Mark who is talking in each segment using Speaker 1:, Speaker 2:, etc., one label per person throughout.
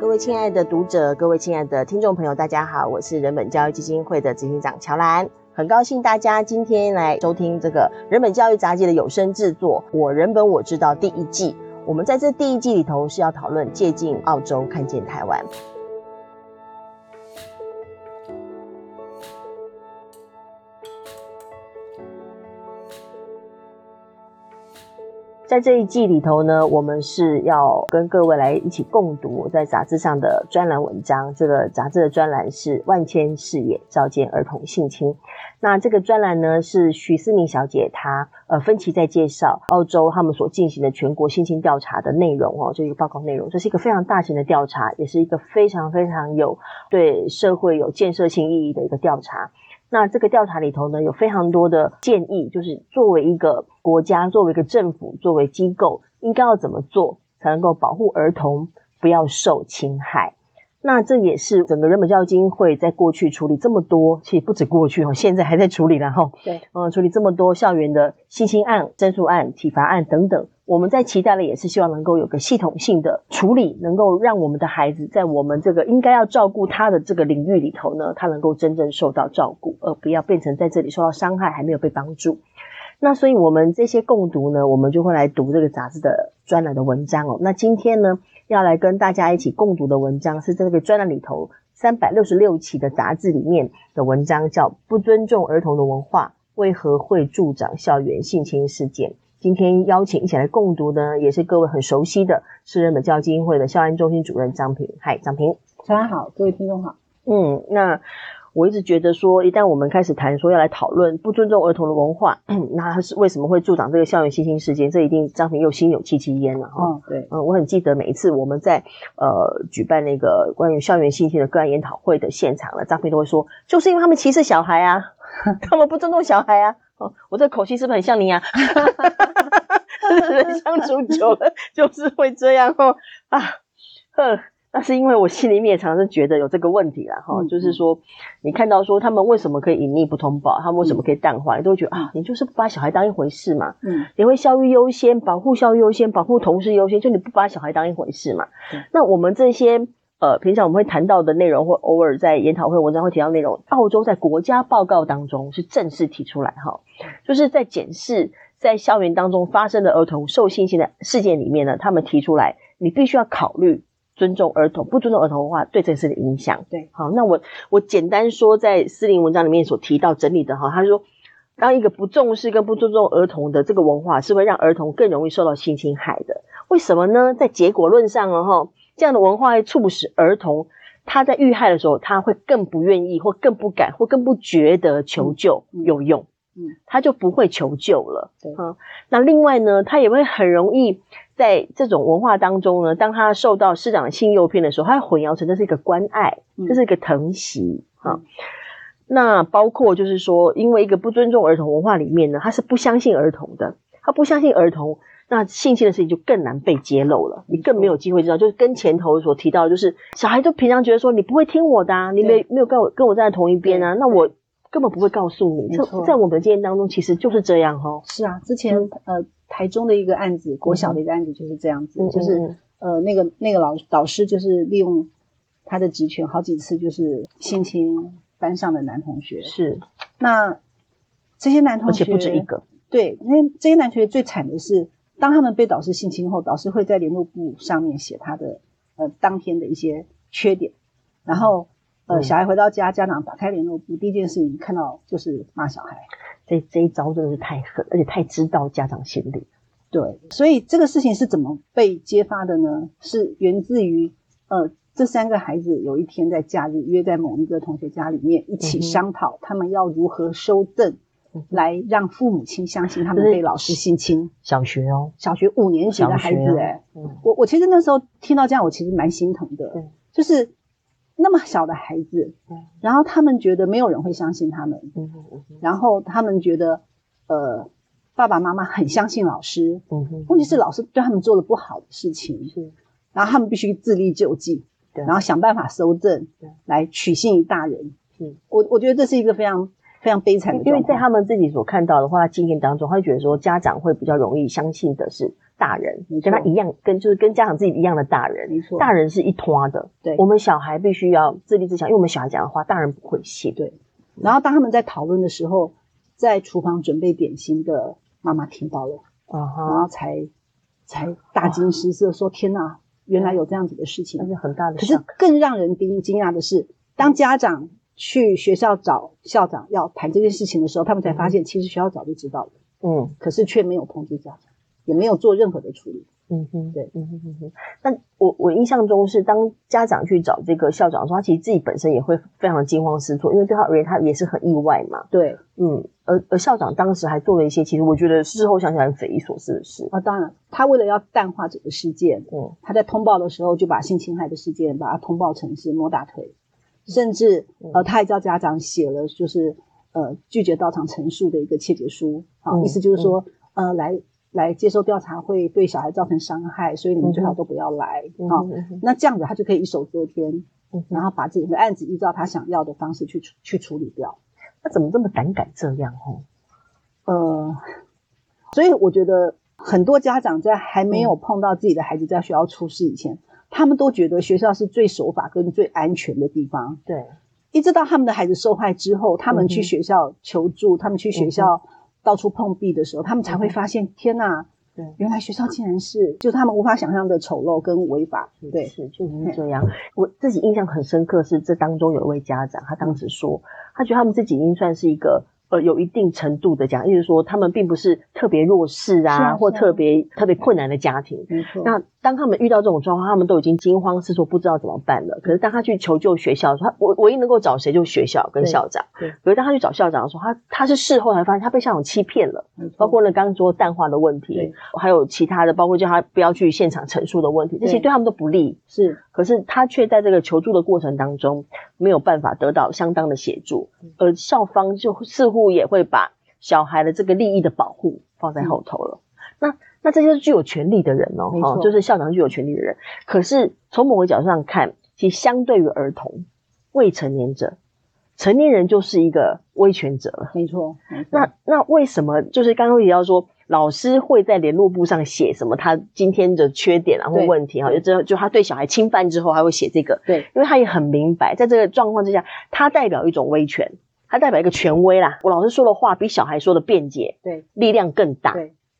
Speaker 1: 各位亲爱的读者，各位亲爱的听众朋友，大家好，我是人本教育基金会的执行长乔兰。很高兴大家今天来收听这个人本教育杂技的有声制作《我人本我知道》第一季。我们在这第一季里头是要讨论借鉴澳洲，看见台湾。在这一季里头呢，我们是要跟各位来一起共读我在杂志上的专栏文章。这个杂志的专栏是《万千视野：照见儿童性侵》。那这个专栏呢，是徐思明小姐她呃分期在介绍澳洲他们所进行的全国性侵调查的内容哦，这一个报告内容，这是一个非常大型的调查，也是一个非常非常有对社会有建设性意义的一个调查。那这个调查里头呢，有非常多的建议，就是作为一个国家、作为一个政府、作为机构，应该要怎么做才能够保护儿童不要受侵害。那这也是整个人本教育基金会在过去处理这么多，其实不止过去哦，现在还在处理，然后
Speaker 2: 对，
Speaker 1: 嗯，处理这么多校园的性侵案、申诉案、体罚案等等，我们在期待的也是希望能够有个系统性的处理，能够让我们的孩子在我们这个应该要照顾他的这个领域里头呢，他能够真正受到照顾，而不要变成在这里受到伤害还没有被帮助。那所以，我们这些共读呢，我们就会来读这个杂志的专栏的文章哦。那今天呢，要来跟大家一起共读的文章是在这个专栏里头三百六十六期的杂志里面的文章，叫《不尊重儿童的文化为何会助长校园性侵事件》。今天邀请一起来共读的呢，也是各位很熟悉的，是人本教育基金会的校安中心主任张平。嗨，张平。
Speaker 2: 大家好，各位听众好。
Speaker 1: 嗯，那我一直觉得说，一旦我们开始谈说要来讨论不尊重儿童的文化， 那它是为什么会助长这个校园性侵事件？这一定张平又心有戚戚焉了哈。
Speaker 2: 哦，对，
Speaker 1: 嗯，我很记得每一次我们在呃举办那个关于校园性侵的个案研讨会的现场呢，张平都会说，就是因为他们歧视小孩 啊，他们不尊重小孩啊。哦，我这口气是不是很像你啊？ 人相处久了就是会这样哦啊，呵，那是因为我心里面也常常觉得有这个问题啦哈、
Speaker 2: 嗯
Speaker 1: 就是说你看到说他们为什么可以隐匿不通报，他们为什么可以淡化，你都会觉得啊，你就是不把小孩当一回事嘛，
Speaker 2: 嗯，
Speaker 1: 你会教育优先，保护教育优先，保护同事优先，就你不把小孩当一回事嘛
Speaker 2: 对。
Speaker 1: 那我们这些呃，平常我们会谈到的内容，或偶尔在研讨会文章会提到内容，澳洲在国家报告当中是正式提出来哈，就是在检视在校园当中发生的儿童受性侵的事件里面呢，他们提出来，你必须要考虑。尊重儿童，不尊重儿童的话，对这件事的影响。
Speaker 2: 对，
Speaker 1: 好，那我我简单说，在司令文章里面所提到整理的哈，他说当一个不重视跟不尊重儿童的这个文化，是会让儿童更容易受到性侵害的。为什么呢？在结果论上哦，哈，这样的文化会促使儿童他在遇害的时候，他会更不愿意，或更不敢，或更不觉得求救
Speaker 2: 嗯嗯
Speaker 1: 有用，
Speaker 2: 嗯，
Speaker 1: 他就不会求救了。
Speaker 2: 对
Speaker 1: 啊，那另外呢，他也会很容易在这种文化当中呢，当他受到师长的性诱骗的时候，他会混淆成这是一个关爱，
Speaker 2: 嗯
Speaker 1: 这是一个疼惜啊。
Speaker 2: 嗯
Speaker 1: 那包括就是说，因为一个不尊重儿童文化里面呢，他是不相信儿童的，他不相信儿童，那性侵的事情就更难被揭露了，
Speaker 2: 没错
Speaker 1: 你更没有机会知道。就是跟前头所提到，就是小孩就平常觉得说你不会听我的、啊，你没没有跟我跟我站在同一边啊，那我根本不会告诉你。
Speaker 2: 没
Speaker 1: 这
Speaker 2: 错
Speaker 1: 在我们的经验当中，其实就是这样哦。
Speaker 2: 是啊，之前呃，台中的一个案子，国小的一个案子就是这样子，
Speaker 1: 嗯
Speaker 2: 就
Speaker 1: 嗯
Speaker 2: 是
Speaker 1: 嗯
Speaker 2: 呃，那个那个老导师就是利用他的职权，好几次就是性侵班上的男同学。
Speaker 1: 是，
Speaker 2: 那这些男
Speaker 1: 而
Speaker 2: 同学，
Speaker 1: 且不止一，个。
Speaker 2: 对，那这些男同学最惨的是，当他们被导师性侵后，导师会在联络簿上面写他的呃当天的一些缺点，然后呃
Speaker 1: 嗯
Speaker 2: 小孩回到家，家长打开联络簿，第一件事情看到就是骂小孩。
Speaker 1: 这这一招真的是太狠，而且太知道家长心理。
Speaker 2: 对，所以这个事情是怎么被揭发的呢？是源自于呃，这三个孩子有一天在假日约在某一个同学家里面一起
Speaker 1: 嗯哼
Speaker 2: 商讨，他们要如何收证
Speaker 1: 嗯哼，
Speaker 2: 来让父母亲相信他们
Speaker 1: 就是
Speaker 2: 被老师性侵。
Speaker 1: 小学哦，
Speaker 2: 小学五年级的
Speaker 1: 小
Speaker 2: 孩
Speaker 1: 学
Speaker 2: 子、
Speaker 1: 哦
Speaker 2: 哎、
Speaker 1: 嗯，
Speaker 2: 我我其实那时候听到这样，我其实蛮心疼的，
Speaker 1: 对
Speaker 2: 就是那么小的孩子
Speaker 1: 嗯，
Speaker 2: 然后他们觉得没有人会相信他们，
Speaker 1: 嗯哼
Speaker 2: 然后他们觉得呃爸爸妈妈很相信老师，
Speaker 1: 嗯哼嗯
Speaker 2: 问题是老师对他们做了不好的事情，
Speaker 1: 是
Speaker 2: 然后他们必须自力救济，
Speaker 1: 对
Speaker 2: 然后想办法搜证
Speaker 1: 对，
Speaker 2: 来取信于大人
Speaker 1: 是。
Speaker 2: 我我觉得这是一个非常非常悲惨的
Speaker 1: 因为在
Speaker 2: 状况。
Speaker 1: 他们自己所看到的话，经验当中，他会觉得说家长会比较容易相信的是大人
Speaker 2: 没，错
Speaker 1: 跟他一样，跟就是跟家长自己一样的大人，
Speaker 2: 没错，
Speaker 1: 大人是一拖的，
Speaker 2: 对
Speaker 1: 我们小孩必须要自立自强，因为我们小孩讲的话，大人不会信，
Speaker 2: 对然后当他们在讨论的时候，在厨房准备点心的妈妈听到了，
Speaker 1: 啊
Speaker 2: 然
Speaker 1: 哈，
Speaker 2: 后才才大惊失色，说：“天哪，原来有这样子的事
Speaker 1: 那
Speaker 2: 情
Speaker 1: 是很大！”的
Speaker 2: 可是
Speaker 1: shock，
Speaker 2: 更让人惊惊讶的是，当家长去学校找校长要谈这件事情的时候，他们才发现其实学校早就知道了，
Speaker 1: 嗯
Speaker 2: 可是却没有通知家长，也没有做任何的处理。
Speaker 1: 嗯哼，
Speaker 2: 对，
Speaker 1: 嗯哼嗯哼。那我我印象中是，当家长去找这个校长的时候，他其实自己本身也会非常惊慌失措，因为对他而言，他也是很意外嘛，
Speaker 2: 对
Speaker 1: 嗯，而而校长当时还做了一些，其实我觉得事后想起来很匪夷所思的事，
Speaker 2: 啊，当然，他为了要淡化整个事件，
Speaker 1: 嗯
Speaker 2: 他在通报的时候就把性侵害的事件把它通报成是摸大腿，
Speaker 1: 嗯
Speaker 2: 甚至呃，他还叫家长写了就是呃拒绝到场陈述的一个切结书啊，
Speaker 1: 嗯
Speaker 2: 意思就是说、呃来来接受调查会对小孩造成伤害，所以你们最好都不要来
Speaker 1: 嗯
Speaker 2: 啊。
Speaker 1: 哼嗯哼
Speaker 2: 那这样子他就可以一手遮天，
Speaker 1: 嗯哼
Speaker 2: 然后把整个案子依照他想要的方式去处去处理掉。
Speaker 1: 他怎么这么胆敢这样哦？
Speaker 2: 呃，所以我觉得很多家长在还
Speaker 1: 嗯
Speaker 2: 没有碰到自己的孩子在学校出事以前，他们都觉得学校是最守法跟最安全的地方。
Speaker 1: 对，
Speaker 2: 一直到他们的孩子受害之后，他
Speaker 1: 嗯
Speaker 2: 们
Speaker 1: 哼
Speaker 2: 去学校求助，他们
Speaker 1: 嗯
Speaker 2: 去
Speaker 1: 哼
Speaker 2: 学校到处碰壁的时候，他们才会
Speaker 1: 嗯哼
Speaker 2: 发现，天呐，
Speaker 1: 对
Speaker 2: 原来学校竟然是就他们无法想象的丑陋跟违法。对，
Speaker 1: 是就是这样。我自己印象很深刻是，这当中有一位家长，他当时说，他觉得他们自己已经算是一个。呃，有一定程度的讲，意思说他们并不是特别弱势啊，
Speaker 2: 是啊
Speaker 1: 或
Speaker 2: 是啊
Speaker 1: 特别特别困难的家庭。
Speaker 2: 没错，
Speaker 1: 那当他们遇到这种状况，他们都已经惊慌失措，不知道怎么办了。可是当他去求救学校的时候，他唯唯一能够找谁就是学校跟
Speaker 2: 对
Speaker 1: 校长
Speaker 2: 对。
Speaker 1: 可是当他去找校长的时候，他他是事后才发现他被校长欺骗了，
Speaker 2: 没错
Speaker 1: 包括呢刚刚说淡化的问题
Speaker 2: 对，
Speaker 1: 还有其他的，包括叫他不要去现场陈述的问题，这些
Speaker 2: 对
Speaker 1: 对他们都不利。
Speaker 2: 是
Speaker 1: 可是他却在这个求助的过程当中没有办法得到相当的协助，
Speaker 2: 嗯
Speaker 1: 而校方就似乎也会把小孩的这个利益的保护放在后头了。那那这些是具有权利的人哦，
Speaker 2: 没
Speaker 1: 哦
Speaker 2: 错
Speaker 1: 就是校长具有权利的人。可是从某个角度上看，其实相对于儿童、未成年者，成年人就是一个威权者了。
Speaker 2: 没错，没错
Speaker 1: 那那为什么就是刚刚提到说，老师会在联络簿上写什么他今天的缺点啊或
Speaker 2: 对
Speaker 1: 问题啊？就之后就他对小孩侵犯之后，他会写这个，
Speaker 2: 对
Speaker 1: 因为他也很明白，在这个状况之下，他代表一种威权，他代表一个权威啦。我老师说的话比小孩说的辩解
Speaker 2: 对
Speaker 1: 力量更大。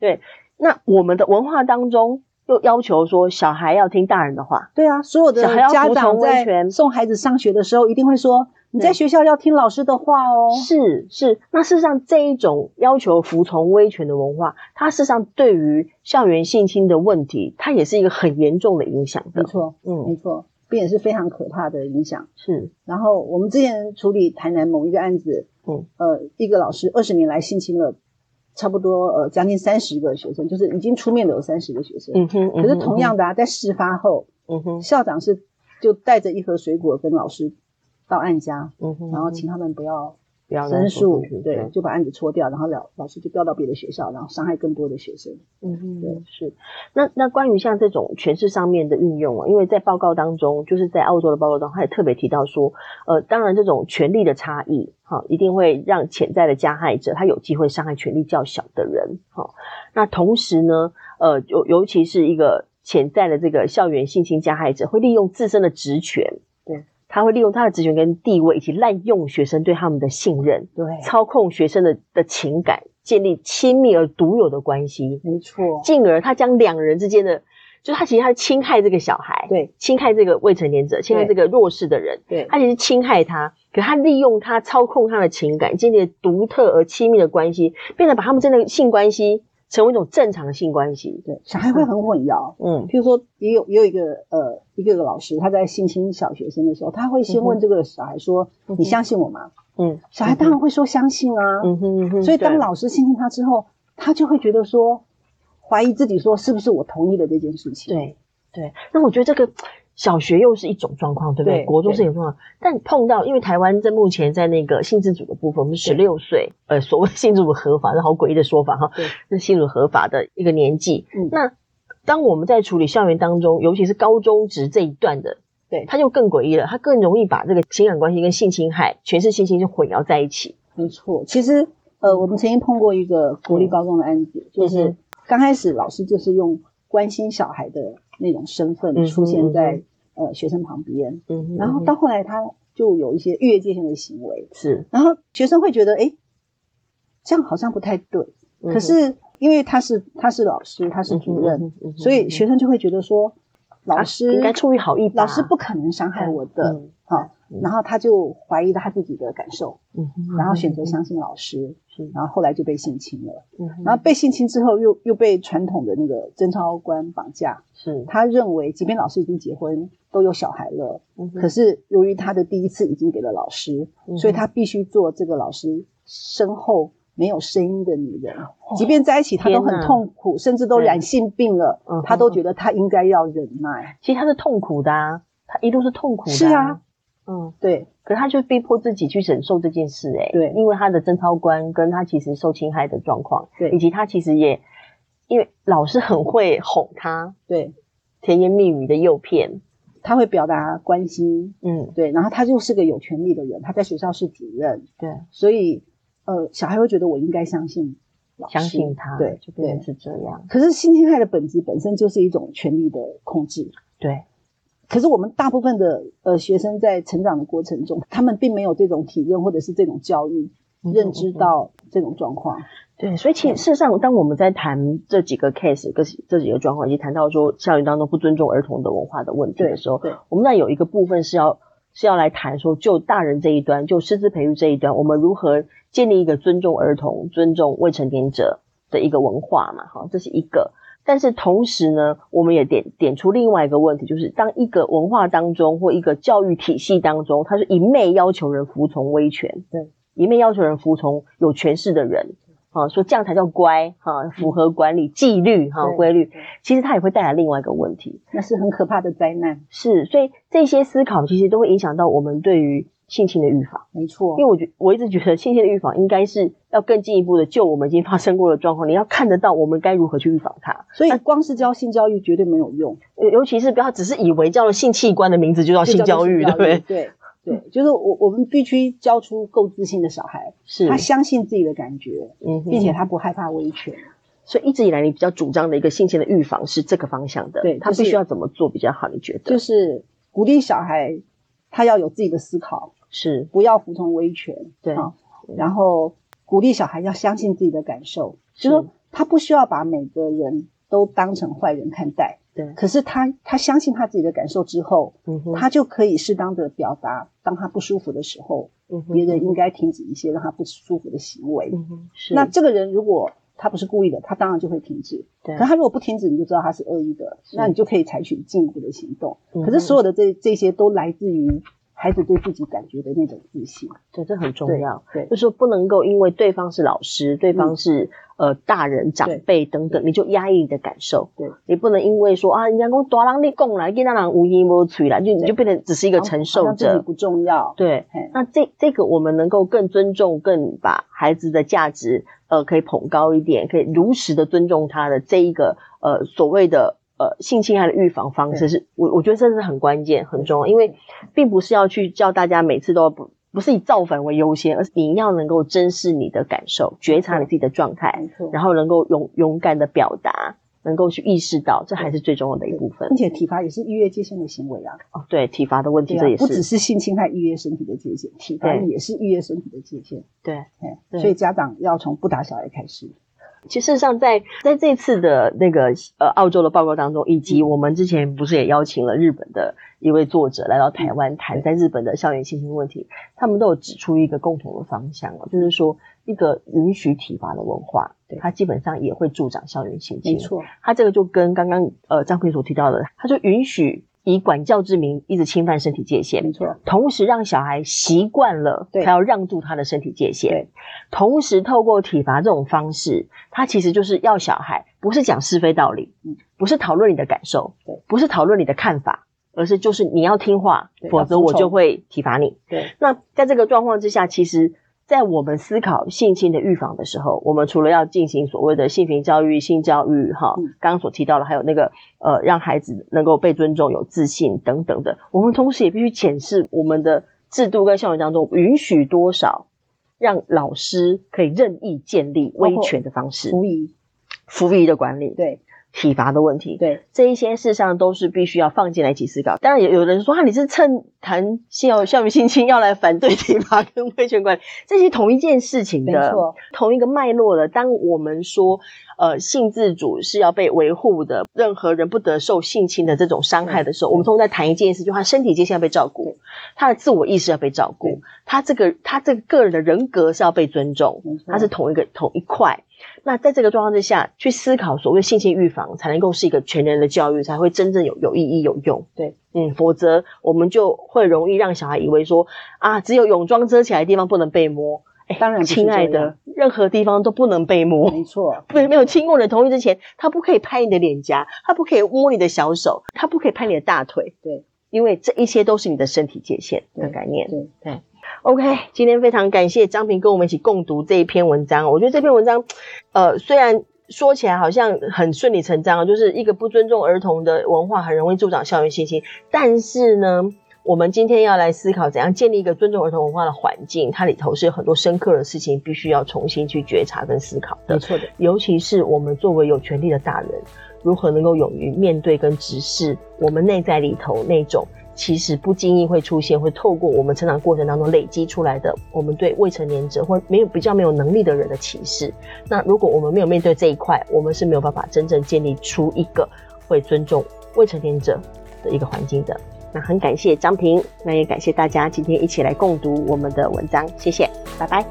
Speaker 2: 对
Speaker 1: 那我们的文化当中又要求说，小孩要听大人的话，
Speaker 2: 对啊，所有的
Speaker 1: 小孩要
Speaker 2: 家
Speaker 1: 服从
Speaker 2: 长
Speaker 1: 威
Speaker 2: 在
Speaker 1: 权
Speaker 2: 送孩子上学的时候，一定会说你
Speaker 1: 对
Speaker 2: 在学校要听老师的话哦。
Speaker 1: 是是，那事实上这一种要求服从威权的文化，它事实上对于校园性侵的问题，它也是一个很严重的影响
Speaker 2: 没
Speaker 1: 的。
Speaker 2: 错，
Speaker 1: 嗯，
Speaker 2: 没错，并且是非常可怕的影响。
Speaker 1: 是，
Speaker 2: 然后我们之前处理台南某一个案子，
Speaker 1: 嗯，
Speaker 2: 呃，一个老师二十年来性侵了差不多呃将近三十个学生，就是已经出面的有三十个学生。
Speaker 1: 嗯哼。
Speaker 2: 可是同样的啊，在事发后，
Speaker 1: 嗯哼，
Speaker 2: 校长是就带着一盒水果跟老师到案家，
Speaker 1: 嗯哼，
Speaker 2: 然后请他们不要
Speaker 1: 不要
Speaker 2: 申
Speaker 1: 数
Speaker 2: 诉，对，，就把案子戳掉，然后老老师就调到别的学校，然后伤害更多的学生。
Speaker 1: 嗯哼，
Speaker 2: 对
Speaker 1: 是。那那关于像这种诠释上面的运用啊，因为在报告当中，就是在澳洲的报告中，他也特别提到说，呃，当然这种权利的差异，哈、一定会让潜在的加害者他有机会伤害权利较小的人，哈、那同时呢，呃，尤尤其是一个潜在的这个校园性侵加害者，会利用自身的职权，
Speaker 2: 对，
Speaker 1: 他会利用他的职权跟地位，以及滥用学生对他们的信任，
Speaker 2: 对，
Speaker 1: 操控学生的的情感，建立亲密而独有的关系。
Speaker 2: 没错，
Speaker 1: 进而他将两人之间的，就他其实他侵害这个小孩，，
Speaker 2: 对
Speaker 1: 侵害这个未成年者，侵害这个弱势的人，
Speaker 2: 对
Speaker 1: 他其实侵害他，可他利用他操控他的情感，建立独特而亲密的关系，变得把他们真的性关系成为一种正常的性关系。
Speaker 2: 对，小孩会很混淆。
Speaker 1: 嗯
Speaker 2: 譬如说，也有也有一个呃，一个老师，他在性侵小学生的时候，他会
Speaker 1: 嗯
Speaker 2: 先
Speaker 1: 哼
Speaker 2: 问这个小孩说：“
Speaker 1: 嗯哼
Speaker 2: 你相信我吗
Speaker 1: 嗯，？”
Speaker 2: 小孩当然会说相信啊。
Speaker 1: 嗯哼嗯哼，
Speaker 2: 所以当
Speaker 1: 对
Speaker 2: 老师性侵他之后，他就会觉得说，怀疑自己说是不是我同意了这件事情。
Speaker 1: 对对，那我觉得这个小学又是一种状况，对不对？
Speaker 2: 对
Speaker 1: 国中
Speaker 2: 对
Speaker 1: 是一种状况，但碰到因为台湾在目前在那个性自主的部分，我们十六岁，呃，所谓性自主合法，那好诡异的说法哈
Speaker 2: 对，
Speaker 1: 那性自主合法的一个年纪，
Speaker 2: 嗯
Speaker 1: 那。当我们在处理校园当中，尤其是高中职这一段的，
Speaker 2: 对
Speaker 1: 他就更诡异了，他更容易把这个情感关系跟性侵害、全是性侵就混淆在一起。
Speaker 2: 没错，其实呃，我们曾经碰过一个国立高中的案子，就
Speaker 1: 嗯
Speaker 2: 是刚开始老师就是用关心小孩的那种身
Speaker 1: 嗯
Speaker 2: 份
Speaker 1: 哼嗯
Speaker 2: 出
Speaker 1: 哼
Speaker 2: 现在、呃学生旁边，
Speaker 1: 嗯，
Speaker 2: 然后到后来他就有一些越界性的行为，
Speaker 1: 是，
Speaker 2: 然后学生会觉得诶，这样好像不太对，
Speaker 1: 嗯
Speaker 2: 可是因为他是他是老师，他是主任，，所
Speaker 1: 嗯
Speaker 2: 以学生就会觉得说老师、
Speaker 1: 啊应该出于好意吧，
Speaker 2: 老师不可能伤害我的，
Speaker 1: 嗯
Speaker 2: 好、
Speaker 1: 嗯
Speaker 2: 然后他就怀疑他自己的感受，
Speaker 1: 嗯哼，
Speaker 2: 然后选择相信老师，
Speaker 1: 是
Speaker 2: 然后后来就被性侵了，
Speaker 1: 嗯哼，
Speaker 2: 然后被性侵之后又又被传统的那个贞操观绑架，
Speaker 1: 是，
Speaker 2: 他认为即便老师已经结婚都有小孩了，
Speaker 1: 嗯哼
Speaker 2: 可是由于他的第一次已经给了老师，
Speaker 1: 嗯哼
Speaker 2: 所以他必须做这个老师身后。没有声音的女人，即便在一起，他都
Speaker 1: 天
Speaker 2: 很
Speaker 1: 哪
Speaker 2: 痛苦，甚至都
Speaker 1: 对
Speaker 2: 染性病了
Speaker 1: 嗯哼，
Speaker 2: 他都觉得他应该要忍耐。
Speaker 1: 其实他是痛苦的啊，他一路是痛苦的，
Speaker 2: 是啊，
Speaker 1: 嗯。
Speaker 2: 对，
Speaker 1: 可是他就逼迫自己去忍受这件事、欸，哎，
Speaker 2: 对
Speaker 1: 因为他的贞操观跟他其实受侵害的状况，
Speaker 2: 对
Speaker 1: 以及他其实也因为老师很会哄他，
Speaker 2: 对，
Speaker 1: 甜言蜜语的诱骗，
Speaker 2: 他会表达关心，
Speaker 1: 嗯，
Speaker 2: 对，然后他就是个有权利的人，他在学校是主任，
Speaker 1: 对，
Speaker 2: 所以呃，小孩会觉得我应该相信老师，
Speaker 1: 相信他，
Speaker 2: 对
Speaker 1: 就变
Speaker 2: 对
Speaker 1: 成。是这样，
Speaker 2: 可是性侵害的本质本身就是一种权力的控制。
Speaker 1: 对，
Speaker 2: 可是我们大部分的呃学生在成长的过程中，他们并没有这种体认或者是这种教育，
Speaker 1: 嗯
Speaker 2: 认知到这种状况。
Speaker 1: 对，所以其实事实上，当我们在谈这几个 case、这几这几个状况，以及谈到说校园当中不尊重儿童的文化的问题的时候，
Speaker 2: 对对
Speaker 1: 我们那有一个部分是要是要来谈说，就大人这一端，就师资培育这一端，我们如何建立一个尊重儿童、尊重未成年者的一个文化嘛？哈，这是一个。但是同时呢，我们也点点出另外一个问题，就是当一个文化当中或一个教育体系当中，它是一昧要求人服从威权，
Speaker 2: 对，
Speaker 1: 一昧要求人服从有权势的人，啊，说这样才叫乖，哈、符合管理纪律哈、
Speaker 2: 对
Speaker 1: 规律
Speaker 2: 对，
Speaker 1: 其实它也会带来另外一个问题，
Speaker 2: 那是很可怕的灾难，
Speaker 1: 是，所以这些思考其实都会影响到我们对于性侵的预防。
Speaker 2: 没错
Speaker 1: 因为。我觉我一直觉得性侵的预防应该是要更进一步的就我们已经发生过的状况，你要看得到我们该如何去预防它。
Speaker 2: 所以光是教性教育绝对没有用。
Speaker 1: 尤尤其是不要只是以为叫了性器官的名字就叫
Speaker 2: 这
Speaker 1: 啊性
Speaker 2: 叫
Speaker 1: 教
Speaker 2: 做
Speaker 1: 育，
Speaker 2: 性
Speaker 1: 对不对？
Speaker 2: 对对，就是我我们必须教出够自信的小孩，
Speaker 1: 是，
Speaker 2: 他相信自己的感觉，
Speaker 1: 嗯哼
Speaker 2: 并且他不害怕威权。
Speaker 1: 所以一直以来你比较主张的一个性侵的预防是这个方向的，
Speaker 2: 对
Speaker 1: 他
Speaker 2: 就是
Speaker 1: 必须要怎么做比较好？你觉得？
Speaker 2: 就是鼓励小孩，他要有自己的思考，
Speaker 1: 是，
Speaker 2: 不要服从威权。
Speaker 1: 对
Speaker 2: 啊然后鼓励小孩要相信自己的感受，
Speaker 1: 是
Speaker 2: 就说他不需要把每个人都当成坏人看待。
Speaker 1: 对，
Speaker 2: 可是他他相信他自己的感受之后，
Speaker 1: 嗯哼，
Speaker 2: 他就可以适当的表达，当他不舒服的时候，
Speaker 1: 嗯哼
Speaker 2: 别人应该停止一些让他不舒服的行为。
Speaker 1: 嗯哼是，
Speaker 2: 那这个人如果他不是故意的，他当然就会停止。
Speaker 1: 对
Speaker 2: 可他如果不停止，你就知道他是恶意的，
Speaker 1: 嗯是
Speaker 2: 那你就可以采取进一步的行动。
Speaker 1: 嗯
Speaker 2: 可是所有的这这些都来自于孩子对自己感觉的那种自信。
Speaker 1: 对这很重
Speaker 2: 对
Speaker 1: 要。
Speaker 2: 对嗯
Speaker 1: 就说不能够因为对方是老师，对方是、呃大人长
Speaker 2: 对
Speaker 1: 辈等等，你就压抑你的感受。
Speaker 2: 对，
Speaker 1: 你不能因为说啊，人家讲大人你讲啦，囡仔人无言无嘴啦，就你就变成只是一个承
Speaker 2: 好
Speaker 1: 受
Speaker 2: 像自己
Speaker 1: 者。
Speaker 2: 不重要。
Speaker 1: 对
Speaker 2: 嘿，
Speaker 1: 那这这个我们能够更尊重，更把孩子的价值呃可以捧高一点，可以如实的尊重他的这一个呃所谓的。呃，性侵害的预防方式是我我觉得这是很关键、很重要，因为并不是要去叫大家每次都要不不是以造反为优先，而是你要能够珍视你的感受，觉察你自己的状态，
Speaker 2: 没错。
Speaker 1: 然后能够勇勇敢的表达，能够去意识到，这还是最重要的一部分
Speaker 2: 并。且体罚也是逾越界限的行为啊，
Speaker 1: 哦，对，体罚的问题，
Speaker 2: 对
Speaker 1: 这
Speaker 2: 啊
Speaker 1: 也，
Speaker 2: 不只
Speaker 1: 是
Speaker 2: 是性侵害逾越身体的界限，体罚
Speaker 1: 对
Speaker 2: 也是逾越身体的界限。
Speaker 1: 对。
Speaker 2: 嘿
Speaker 1: 对
Speaker 2: 所以家长要从不打小孩开始。
Speaker 1: 其实事实上在，在这次的那个呃澳洲的报告当中，以
Speaker 2: 嗯
Speaker 1: 及我们之前不是也邀请了日本的一位作者来到台
Speaker 2: 嗯
Speaker 1: 湾谈在日本的校园性侵问题，他们都有指出一个共同的方向哦，就是说一个允许体罚的文化
Speaker 2: 对，
Speaker 1: 它基本上也会助长校园性侵。
Speaker 2: 没，错，
Speaker 1: 它这个就跟刚刚呃张佩所提到的，它就允许以管教之名一直侵犯身体界限
Speaker 2: 没，错，
Speaker 1: 同时让小孩习惯了，
Speaker 2: 对
Speaker 1: 他要让渡他的身体界限
Speaker 2: 对。
Speaker 1: 同时透过体罚这种方式，他其实就是要小孩不是讲是非道理，
Speaker 2: 嗯
Speaker 1: 不是讨论你的感受
Speaker 2: 对，
Speaker 1: 不是讨论你的看法，而是就是你要听话，
Speaker 2: 对
Speaker 1: 否则我
Speaker 2: 要服从
Speaker 1: 就会体罚你。
Speaker 2: 对，
Speaker 1: 那在这个状况之下，其实，在我们思考性侵的预防的时候，我们除了要进行所谓的性平教育、性教育，哈
Speaker 2: 嗯，
Speaker 1: 刚刚所提到的，还有那个呃，让孩子能够被尊重、有自信等等的，我们同时也必须检视我们的制度跟校园当中允许多少让老师可以任意建立威权的方式，
Speaker 2: 无疑，
Speaker 1: 服役的管理，
Speaker 2: 对
Speaker 1: 体罚的问题，
Speaker 2: 对，
Speaker 1: 这一些事实上都是必须要放进来一起思考。当然，有有人说啊，你是趁谈校校园性侵要来反对体罚跟威权管理，这是同一件事情
Speaker 2: 没
Speaker 1: 的，
Speaker 2: 错，
Speaker 1: 同一个脉络的。当我们说呃性自主是要被维护的，任何人不得受性侵的这种伤害的时候，我们通常在谈一件事，就是他身体界限要被照顾，他的自我意识要被照顾
Speaker 2: 对，
Speaker 1: 他这个他这个个人的人格是要被尊重。
Speaker 2: 没错
Speaker 1: 它是同一个同一块。那在这个状况之下，去思考所谓性侵预防，才能够是一个全人的教育，才会真正有有意义、有用。
Speaker 2: 对，
Speaker 1: 嗯，否则我们就会容易让小孩以为说啊，只有泳装遮起来的地方不能被摸。哎
Speaker 2: 当然不是
Speaker 1: 亲爱
Speaker 2: 这样
Speaker 1: 的，任何地方都不能被摸。
Speaker 2: 没错，
Speaker 1: 不，没有经过你的同意之前，他不可以拍你的脸颊，他不可以摸你的小手，他不可以拍你的大腿。
Speaker 2: 对，
Speaker 1: 因为这一些都是你的身体界限的
Speaker 2: 对
Speaker 1: 概念。
Speaker 2: 对
Speaker 1: OK，今天非常感谢张平跟我们一起共读这一篇文章。我觉得这篇文章，呃，虽然说起来好像很顺理成章，就是一个不尊重儿童的文化很容易助长校园性侵，但是呢，我们今天要来思考怎样建立一个尊重儿童文化的环境，它里头是有很多深刻的事情，必须要重新去觉察跟思考的
Speaker 2: 没。错的，
Speaker 1: 尤其是我们作为有权利的大人，如何能够勇于面对跟直视我们内在里头那种其实不经意会出现，会透过我们成长过程当中累积出来的我们对未成年者或没有比较没有能力的人的歧视。那如果我们没有面对这一块，我们是没有办法真正建立出一个会尊重未成年者的一个环境的。那很感谢张平，那也感谢大家今天一起来共读我们的文章，谢谢，拜拜。